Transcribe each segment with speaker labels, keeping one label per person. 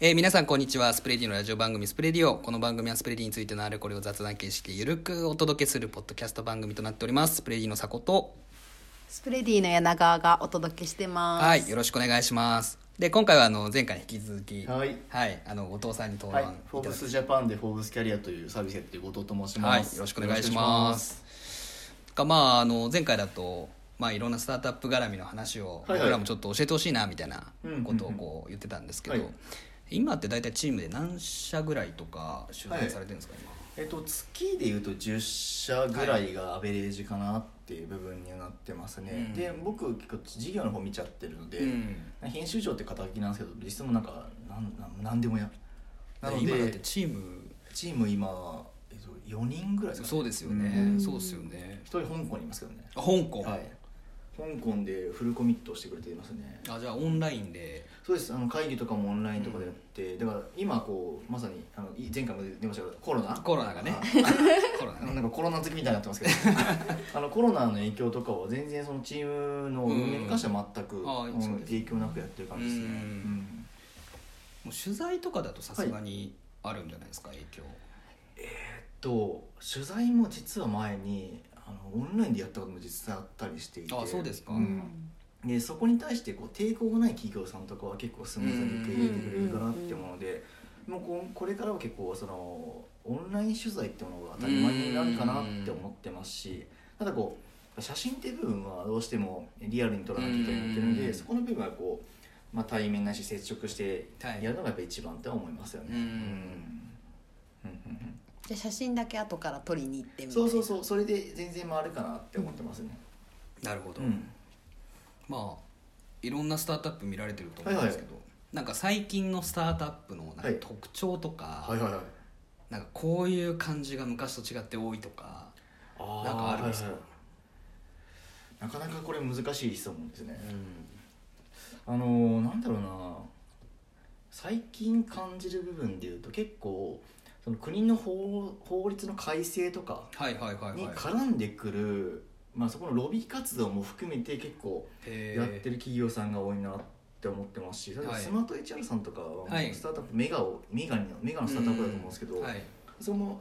Speaker 1: えー皆さんこんにちはスプレディのラジオ番組スプレディオこの番組はスプレディについてのあれこれを雑談形式でゆるくお届けするポッドキャスト番組となっておりますスプレディのさこと
Speaker 2: スプレディの柳川がお届けしてます。
Speaker 1: はいよろしくお願いしますで今回はあの前回に引き続き
Speaker 3: はい
Speaker 1: あの後藤さんに登
Speaker 3: はい、
Speaker 1: 壇い
Speaker 3: フォー
Speaker 1: た
Speaker 3: ブ
Speaker 1: だき
Speaker 3: スジャパンでフォーブスキャリアというサービスやっている後藤と申し
Speaker 1: は
Speaker 3: ま
Speaker 1: い
Speaker 3: す。
Speaker 1: よろしくお願いしますがまああの前回だとまあいろんなスタートアップ絡みの話を
Speaker 3: はいはい
Speaker 1: 僕らもちょっと教えてほしいなみたいなことを
Speaker 3: うんうんうん
Speaker 1: こう言ってたんですけ
Speaker 3: は
Speaker 1: ど
Speaker 3: い
Speaker 1: 今って大体チームで何社ぐらいとか取材されてるんですか今
Speaker 3: えっと月でいうと10社ぐらいがアベレージかなっていう部分にはなってますね。
Speaker 1: うん
Speaker 3: で僕結構事業の方見ちゃってるので、
Speaker 1: うん
Speaker 3: 編集長って肩書きなんですけど実質もなんかなんなんなんでもや。なの
Speaker 1: 今だって
Speaker 3: で
Speaker 1: チーム
Speaker 3: チーム今、えっと、4人ぐらいですか、
Speaker 1: そ
Speaker 3: ね。
Speaker 1: うですよねそうですよね
Speaker 3: 一人香港にいますけどね。
Speaker 1: あ香港、
Speaker 3: はい。香港でフルコミットしてくれていますね。
Speaker 1: あじゃあオンラインで
Speaker 3: そうですあの会議とかもオンラインとかでやって、だから今こうまさにあのい前回も出ましたけどコロナ
Speaker 1: コロナがね コロナ
Speaker 3: あの
Speaker 1: ね
Speaker 3: なんかコロナ好きみたいになってますけどあのコロナの影響とかは全然そのチームの運営に関しては全く、
Speaker 1: うんあー
Speaker 3: うん
Speaker 1: そうです
Speaker 3: 影響なくやってる感じですね、
Speaker 1: うん
Speaker 3: うん
Speaker 1: もう取材とかだとさすがにあるんじゃないですか影響
Speaker 3: と取材も実は前にあのオンラインでやったことも実際あったりしていて
Speaker 1: あそうですか
Speaker 3: う
Speaker 2: うんん
Speaker 3: でそこに対してこう抵抗がない企業さんとかは結構スムーズに受け入れてくれるかなってもので、もうここれからは結構そのオンライン取材ってものが当たり前になるかなって思ってますし、ただこう写真っていう部分はどうしてもリアルに撮らなきゃいけないっていうので、
Speaker 1: うん
Speaker 3: そこの部分はこう、まあ、対面ないし接触して
Speaker 1: はい
Speaker 3: やるのがやっぱ一番って思いますよね。
Speaker 1: うん
Speaker 3: うんうんうんうん
Speaker 2: じゃあ写真だけ後から撮りに行ってみたい
Speaker 3: そう
Speaker 2: な
Speaker 3: そうそうそれで全然回るかなって思ってますね。
Speaker 1: なるほど、
Speaker 3: うん
Speaker 1: まあいろんなスタートアップ見られてると思うんですけど、なんか最近のスタートアップのな
Speaker 3: は
Speaker 1: ん
Speaker 3: い
Speaker 1: か特徴とか、
Speaker 3: はいはいはい
Speaker 1: なんかこういう感じが昔と違って多いとか
Speaker 3: あー
Speaker 1: なんかあるんですか
Speaker 3: はいはいなかなかこれ難しい質問ですね
Speaker 1: う、ん
Speaker 3: あのーなんだろうな最近感じる部分でいうと結構その国の法法律の改正とか
Speaker 1: はいはいはい
Speaker 3: に
Speaker 1: はい
Speaker 3: 絡んでくる、まあ、そこのロビー活動も含めて結構
Speaker 1: へー
Speaker 3: やってる企業さんが多いなって思ってますし、例えば
Speaker 1: はい
Speaker 3: スマート HR さんとかはもう
Speaker 1: はい
Speaker 3: スタートアップメガをメガのメガのスタートアップだと思うんですけど、
Speaker 1: うはい
Speaker 3: その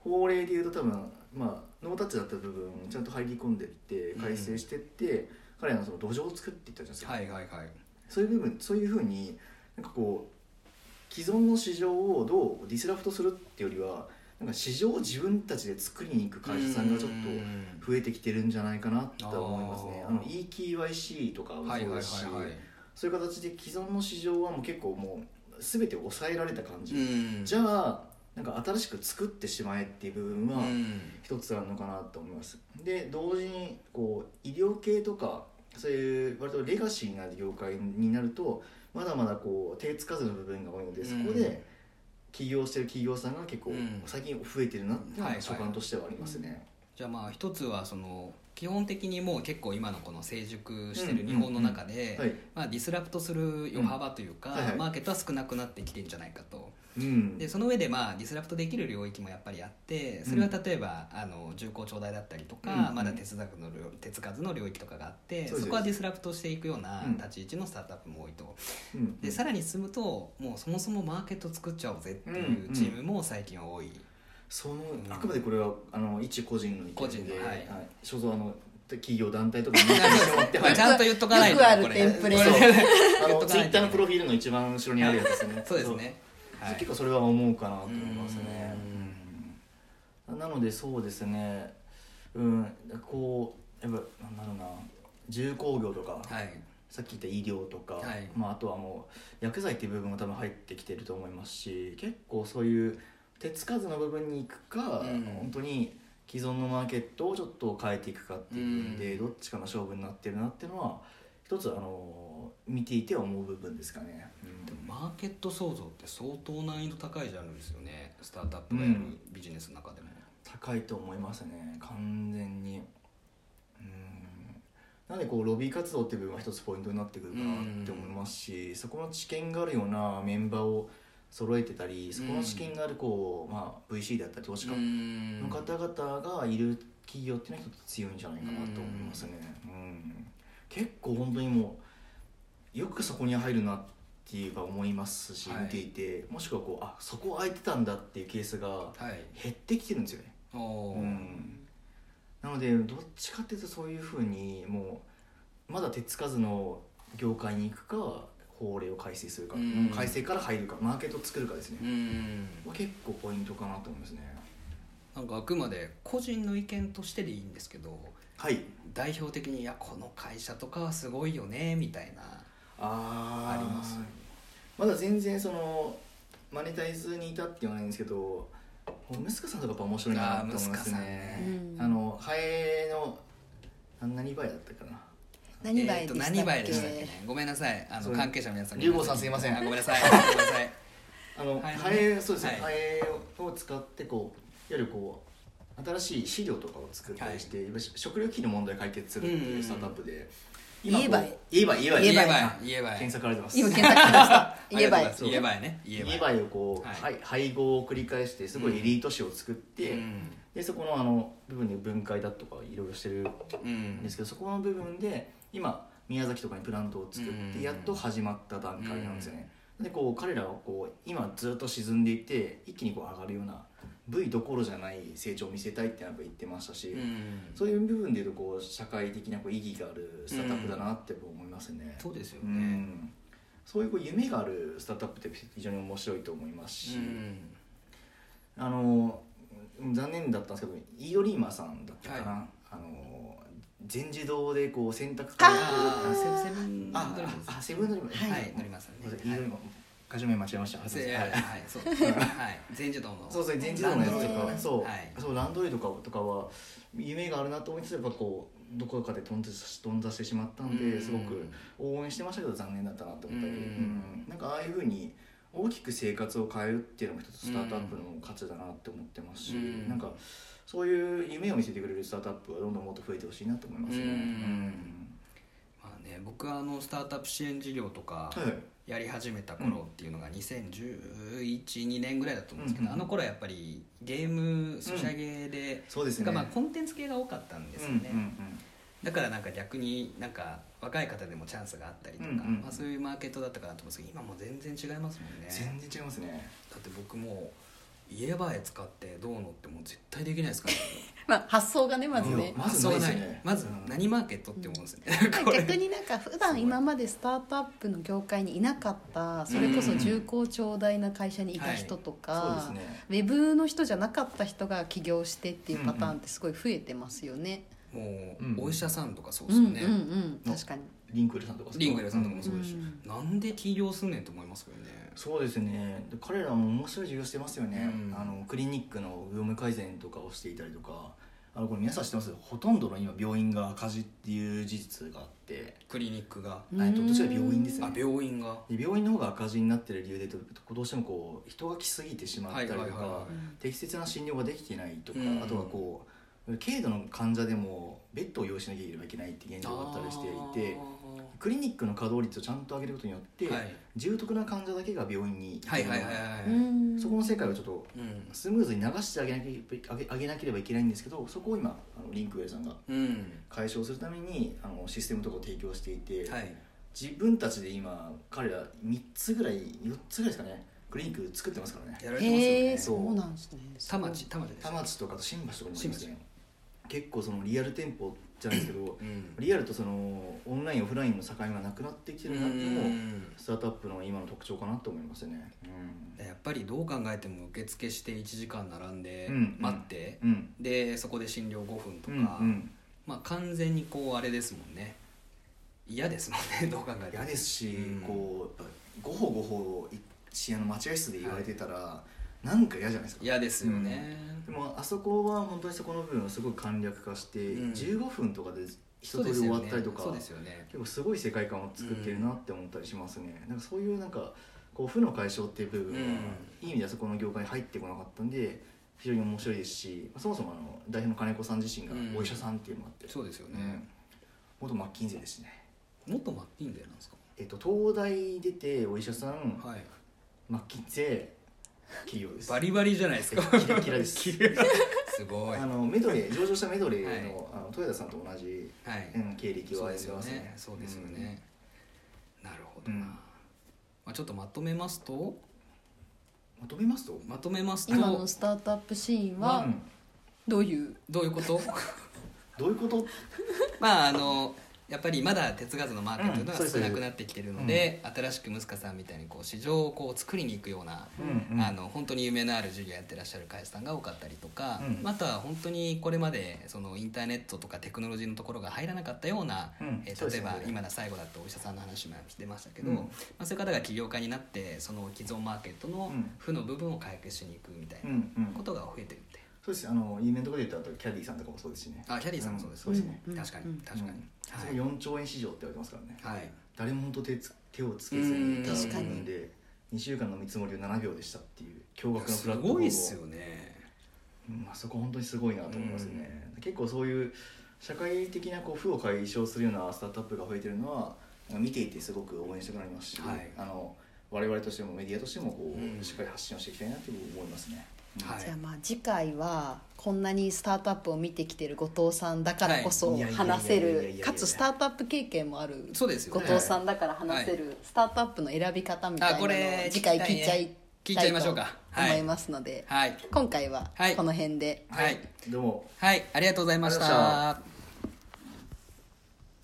Speaker 3: 法令でいうと多分、まあ、ノータッチだった部分をちゃんと入り込んでって改正してって、彼らのその土壌を作っていったじゃないですか、
Speaker 1: はいはいはい
Speaker 3: そういう部分そういうふうになんかこう既存の市場をどうディスラフトするっていうよりはなんか市場を自分たちで作りに行く会社さんがちょっ
Speaker 1: うん
Speaker 3: と増えてきてるんじゃないかなとは思いますね。
Speaker 1: あー
Speaker 3: あの EKYC とかも
Speaker 1: はい
Speaker 3: そう
Speaker 1: はい
Speaker 3: ですし、
Speaker 1: はいはい
Speaker 3: そういう形で既存の市場はもう結構もう全て抑えられた感じ
Speaker 1: うん
Speaker 3: じゃあなんか新しく作ってしまえっていう部分は
Speaker 1: うん
Speaker 3: 一つあるのかなと思いますで同時にこう医療系とかそういう割とレガシーな業界になるとまだまだこう手つかずの部分が多いのでそこ
Speaker 1: うん
Speaker 3: で起業してる企業さんが結構
Speaker 1: うん
Speaker 3: 最近増えてるなっていうの
Speaker 1: はいは
Speaker 3: が
Speaker 1: い
Speaker 3: 所感としてはありますね、
Speaker 1: じゃあまあ一つはその基本的にもう結構今のこの成熟してる日本の中で、
Speaker 3: はい
Speaker 1: まあ、ディスラプトする余幅というか、
Speaker 3: うんはいはい
Speaker 1: マーケットは少なくなってきてんじゃないかと
Speaker 3: うん
Speaker 1: でその上でまあディスラプトできる領域もやっぱりあってそれは例えば、あの重厚長大だったりとか、
Speaker 3: うん
Speaker 1: まだ手つかずの領手つかずの領域とかがあって
Speaker 3: そう
Speaker 1: そ
Speaker 3: です
Speaker 1: こはディスラプトしていくような
Speaker 3: うん
Speaker 1: 立ち位置のスタートアップも多いと、
Speaker 3: うん
Speaker 1: でさらに進むともうそもそもマーケット作っちゃおうぜっていうチームも最近は多い、
Speaker 3: その
Speaker 1: ん
Speaker 3: あくまでこれはあの一個人の意見で
Speaker 1: 個人のはい
Speaker 3: 所蔵あの企業団体とかに持っ て
Speaker 1: まあちゃんと言っとかないと
Speaker 2: よくある
Speaker 1: これ
Speaker 2: テンプレ
Speaker 1: これ
Speaker 3: そうあ
Speaker 1: 言っと
Speaker 3: の
Speaker 1: か
Speaker 3: ツイ
Speaker 1: ないと
Speaker 3: ッターのプロフィールの一番後ろにあるやつですね
Speaker 1: そうですね
Speaker 3: そう
Speaker 1: はい
Speaker 3: 結構それは思うかなと思いますね
Speaker 1: う
Speaker 3: なのでそうですねうんこうやっぱなんだろうな重工業とか、
Speaker 1: はい
Speaker 3: さっき言った医療とか、
Speaker 1: はい
Speaker 3: まあ、あとはもう薬剤っていう部分も多分入ってきてると思いますし結構そういう手つかずの部分に行くか、
Speaker 1: うん
Speaker 3: 本当に既存のマーケットをちょっと変えていくかっていう部分で、どっちかの勝負になってるなっていうのは一つあの見ていて思う部分ですかね。
Speaker 1: でもマーケット創造って相当難易度高いジャンルですよねスタートアップがやるビジネスの中でも、
Speaker 3: 高いと思いますね完全にうんなのでこうロビー活動っていう部分は一つポイントになってくるかなって思いますしそこの知見があるようなメンバーを揃えてたりそこの知見があるこう、まあ、VC だったり投資家
Speaker 1: ん
Speaker 3: の方々がいる企業っていうのは一つ強いんじゃないかなと思いますねうん結構本当にもうよくそこに入るなっっていうか思いますし、
Speaker 1: はい
Speaker 3: 見ていてもしくはこうあそこ空いてたんだっていうケースが
Speaker 1: はい
Speaker 3: 減ってきてるんですよね、
Speaker 1: お
Speaker 3: う
Speaker 1: おー、
Speaker 3: ん、なのでどっちかっていうとそういうふうにもうまだ手つかずの業界に行くか法令を改正するか、
Speaker 1: うん
Speaker 3: 改正から入るかマーケットを作るかですね
Speaker 1: う、ん
Speaker 3: まあ結構ポイントかなと思いますね
Speaker 1: なんかあくまで個人の意見としてでいいんですけど
Speaker 3: はい
Speaker 1: 代表的に「いやこの会社とかはすごいよね」みたいな
Speaker 3: あ
Speaker 1: あります
Speaker 3: まだ全然そのマネタイズに至ってはないんですけどムスカさんとかやっぱ面白いなと思います
Speaker 1: あームスカさん
Speaker 2: う
Speaker 1: ね
Speaker 3: ね
Speaker 2: ん
Speaker 3: あのハエのあ何倍だったかな
Speaker 2: 何倍
Speaker 1: えーと
Speaker 2: でしたっけ,、
Speaker 1: 何倍でしたっけねごめんなさいあ
Speaker 3: そ
Speaker 1: の
Speaker 3: れ
Speaker 1: 関係者の皆さん
Speaker 3: 龍吾さんすいません
Speaker 1: あごめんなさいごめんなさい
Speaker 3: あの
Speaker 1: ハエのね
Speaker 3: ハエそうですね、
Speaker 1: はい
Speaker 3: ハエを使ってこういわゆるこう新しい飼料とかを作ったりして、いわゆる食料危機の問題を解決するって
Speaker 1: うんうんう
Speaker 3: い
Speaker 1: ん
Speaker 3: うスタートアップで
Speaker 2: 言えば
Speaker 3: こう言えば言えば
Speaker 2: 言えば
Speaker 1: 言えば
Speaker 3: 検索されてます
Speaker 2: 今検索し ました言えば
Speaker 1: ありがとうございます言えばいね
Speaker 3: 家バイをこう、
Speaker 1: は
Speaker 3: はいい、配合を繰り返してすごいエリート種を作って、
Speaker 1: うん
Speaker 3: でそこのあの部分で分解だとかいろいろしてる
Speaker 1: うん
Speaker 3: ですけど、そこの部分で今宮崎とかにプラントを作っ
Speaker 1: うん
Speaker 3: てやっと始まった段階なんですよね、でこう彼らはこう今ずっと沈んでいて一気にこう上がるような部位どころじゃない成長を見せたいってやっぱ言ってましたし、
Speaker 1: うん
Speaker 3: そういう部分でいうとこう社会的なこう意義があるスタートアップだなって僕思いますね、
Speaker 1: そうですよ
Speaker 3: う
Speaker 1: ね
Speaker 3: んそういうこう夢があるスタートアップって非常に面白いと思いますし、
Speaker 1: うん
Speaker 3: あの残念だったんですけどイードリーマーさんだったかな、
Speaker 1: は
Speaker 3: あの全自動でこう洗濯機
Speaker 1: あ
Speaker 2: あ
Speaker 3: あ
Speaker 1: セセブン
Speaker 3: あ
Speaker 1: ドリルズ
Speaker 3: あセブンドリーマー
Speaker 1: はい乗ります
Speaker 3: ごめんなさいイ
Speaker 1: ね
Speaker 3: ードリーマー会場名間違えました
Speaker 1: はいせ
Speaker 3: はい
Speaker 1: はいそうはい全自動の
Speaker 3: そうそう全自動のやつと
Speaker 2: ランドリー
Speaker 3: か
Speaker 2: ね
Speaker 3: そう,、
Speaker 1: はい
Speaker 3: そうランドリーとかとかは夢があるなと思いつつやっぱこうどこかで頓挫し頓挫してしまったんで、
Speaker 1: うん
Speaker 3: すごく応援してましたけど残念だったなと思ったり、
Speaker 1: うん
Speaker 3: うんなんかああいうふうに大きく生活を変えるっていうのも一つスタートアップの価値だなって思ってますし、
Speaker 1: うん
Speaker 3: なんかそういう夢を見せてくれるスタートアップはどんどんもっと増えてほしいなと思いますね。
Speaker 1: うん
Speaker 3: うん
Speaker 1: まあね僕はあのスタートアップ支援事業とか
Speaker 3: はい
Speaker 1: やり始めた頃っていうのが201112年ぐらいだと思うんですけ
Speaker 3: うん
Speaker 1: ど
Speaker 3: う
Speaker 1: あ
Speaker 3: ん
Speaker 1: の頃はやっぱりゲームソシャゲで
Speaker 3: そうですね
Speaker 1: がまあコンテンツ系が多かったんですよね
Speaker 3: うんうんうん
Speaker 1: だからなんか逆になんか若い方でもチャンスがあったりとか、
Speaker 3: うんうん
Speaker 1: まあ、そういうマーケットだったかなと思うんですけど今もう全然違いますもんね
Speaker 3: 全然違いますね。
Speaker 1: だって僕も家バエ使ってどうのってもう絶対できないですから、
Speaker 2: まあ、発想がねまずね
Speaker 3: うんまずないですよね
Speaker 1: まず
Speaker 3: うん
Speaker 1: 何マーケットって思うんですよね、 これ
Speaker 2: 逆になんか普段今までスタートアップの業界にいなかったそれこそ重厚長大な会社にいた人と
Speaker 3: そう
Speaker 2: か、
Speaker 3: ですね。
Speaker 2: ウェブの人じゃなかった人が起業してっていうパターンってすごい増えてますよね。
Speaker 1: もう、
Speaker 3: うん
Speaker 1: お医者さんとかそう
Speaker 2: う
Speaker 1: で
Speaker 2: ん
Speaker 1: す
Speaker 2: う
Speaker 1: よ
Speaker 2: ん
Speaker 1: ね、
Speaker 2: うん確かに。
Speaker 3: リンクエルさんとか
Speaker 1: リングエルさんとかもそうう
Speaker 2: で
Speaker 1: ですし、
Speaker 2: ね
Speaker 1: なんで起業すんねんと思いますけどね
Speaker 3: そうですねで彼らも面白い授業してますよね、
Speaker 1: うん
Speaker 3: あのクリニックの業務改善とかをしていたりとかあのこれ皆さん知ってますほとんどの今病院が赤字っていう事実があって、
Speaker 1: クリニックが、
Speaker 2: うん
Speaker 3: えっとどちらか病院ですね
Speaker 1: あ病院が
Speaker 3: で病院の方が赤字になってる理由で言うとどうしてもこう人が来すぎてしまったりとか、
Speaker 1: はいはいはいはい
Speaker 3: 適切な診療ができてないとか、
Speaker 1: うん
Speaker 3: あとはこう軽度の患者でもベッドを用意しなければいけないって現状があったりしていてクリニックの稼働率をちゃんと上げることによって、
Speaker 1: はい
Speaker 3: 重篤な患者だけが病院に行く
Speaker 1: はいはいはいはいはい、
Speaker 2: うん
Speaker 3: そこの世界をちょっと
Speaker 1: うん
Speaker 3: スムーズに流してあげなければあげあげなければいけないんですけどそこを今あのリンクウェルさんが
Speaker 1: うん
Speaker 3: 解消するためにあのシステムとかを提供していて、
Speaker 1: はい
Speaker 3: 自分たちで今彼ら3つぐらい4つぐらいですかねクリニック作ってますからね
Speaker 1: やられてますよ
Speaker 2: へ
Speaker 1: ね
Speaker 2: え
Speaker 3: そう
Speaker 2: そうなんですね。
Speaker 1: 田町田町です
Speaker 3: 田町とかあと新橋とかにもありますね結構そのリアル店舗じゃないです けど
Speaker 1: うん
Speaker 3: リアルとそのオンラインオフラインの境目がなくなってきてるなっていうの
Speaker 1: う
Speaker 3: も
Speaker 1: ん
Speaker 3: スタートアップの今の特徴かなと思いますよねうん
Speaker 1: やっぱりどう考えても受付して1時間並んで
Speaker 3: うん
Speaker 1: 待って、
Speaker 3: うん
Speaker 1: でそこで診療5分とか、
Speaker 3: うんうん
Speaker 1: まあ完全にこうあれですもんね嫌ですもんねどう考えても
Speaker 3: 嫌ですし、
Speaker 1: うん
Speaker 3: こうやっぱごほごほいしあの待合室で言われてたら、なんか嫌じゃないですか
Speaker 1: 嫌ですよね、
Speaker 3: でもあそこは本当にそこの部分をすごく簡略化して、
Speaker 1: うん
Speaker 3: 15分とかで一
Speaker 1: そう
Speaker 3: 通り
Speaker 1: ですよね
Speaker 3: 終わったりとか、
Speaker 1: そうですよね
Speaker 3: 結構すごい世界観を作ってるなって思ったりしますね、なんかそういうなんかこう負の解消っていう部分は、
Speaker 1: う
Speaker 3: いい意味ではそこの業界に入ってこなかったんで非常に面白いですしそもそもあの代表の金子さん自身が
Speaker 1: うん
Speaker 3: お医者さんっていうのがあって、
Speaker 1: そうですよ
Speaker 3: う
Speaker 1: ね
Speaker 3: ん、元マッキンゼーですね
Speaker 1: 元マッティンゼーなんですか
Speaker 3: えっと、東大出てお医者さん、
Speaker 1: はい
Speaker 3: マッキンゼー企業です
Speaker 1: バリバリじゃないですか
Speaker 3: キラキラです
Speaker 1: すごい
Speaker 3: あ
Speaker 1: は
Speaker 3: のメ ドレー上場したメドレーの,、
Speaker 1: はい
Speaker 3: あの豊田さんと同じ、
Speaker 1: い
Speaker 3: うん経歴を
Speaker 1: そう
Speaker 3: 歩
Speaker 1: で
Speaker 3: ん
Speaker 1: す
Speaker 3: で
Speaker 1: よ
Speaker 3: ますね
Speaker 1: ねそうですよね、なるほどな、
Speaker 3: うん
Speaker 1: まあ、ちょっちょっとまとめますと
Speaker 3: まとめますと、
Speaker 1: まとめますと
Speaker 2: 今のスタートアップシーン
Speaker 3: う
Speaker 2: は
Speaker 3: ん、
Speaker 2: どういう
Speaker 1: どういうこと
Speaker 3: どういうこと
Speaker 1: まああのやっぱりまだ手つかずのマーケットというの
Speaker 3: うん
Speaker 1: が
Speaker 3: そうです
Speaker 1: 少なくなってきてるので、新しくムスカさんみたいにこう市場をこう作りに行くような
Speaker 3: うんうん
Speaker 1: あの本当に夢のある授業やってらっしゃる会社さんが多かったりとか、
Speaker 3: うん
Speaker 1: または本当にこれまでそのインターネットとかテクノロジーのところが入らなかったような、
Speaker 3: うん
Speaker 1: えー
Speaker 3: そうで
Speaker 1: 例え
Speaker 3: すね
Speaker 1: ば今の最後だとお医者さんの話もしてましたけど、
Speaker 3: うん
Speaker 1: まあ、そういう方が起業家になってその既存マーケットの
Speaker 3: うん
Speaker 1: 負の部分を解決しに行くみたい
Speaker 3: うん
Speaker 1: な
Speaker 3: うん
Speaker 1: ことが増えてるって、
Speaker 3: そうですねあの有名なところで言ったらキャディさんとかもそうですしね
Speaker 1: あキャディさんもそうです
Speaker 3: そうですね
Speaker 2: うん
Speaker 1: 確か
Speaker 2: う
Speaker 1: に
Speaker 2: ん
Speaker 1: 確かに、
Speaker 3: それ
Speaker 1: はい、
Speaker 3: 4兆円市場って言われてますからね、
Speaker 1: はい
Speaker 3: 誰も本当手つ手をつけずにいた
Speaker 2: うん確かに
Speaker 3: んで2週間の見積もりを7秒でしたっていう驚愕の
Speaker 1: す
Speaker 3: プラットフォーム
Speaker 1: ごい
Speaker 3: を
Speaker 1: っすよね
Speaker 3: うんあそこ本当にすごいなと思いますね、結構そういう社会的なこう負を解消するようなスタートアップが増えてるのは見ていてすごく応援したくなりますし、
Speaker 1: はい
Speaker 3: あの我々としてもメディアとしてもこう、
Speaker 1: うん
Speaker 3: しっかり発信をしていきたいなと思いますね、
Speaker 1: は
Speaker 2: じゃあまあ次回はこんなにスタートアップを見てきてる後藤さんだからこそ
Speaker 3: はいいやいやいやいやいや
Speaker 2: 話せるかつスタートアップ経験もある
Speaker 1: そうですよ
Speaker 2: 後
Speaker 1: ね
Speaker 2: 藤さんだから話せるスタートアップの選び方みたいなの
Speaker 1: あこれ
Speaker 2: を次回聞いちゃい
Speaker 1: 聞いちゃいましょうか
Speaker 2: たいと思いますので
Speaker 1: はい
Speaker 2: 今回ははいこの辺で。
Speaker 1: はい、
Speaker 3: どうも
Speaker 1: はい、ありがとうございまし
Speaker 3: ありがとうございま
Speaker 1: た
Speaker 3: し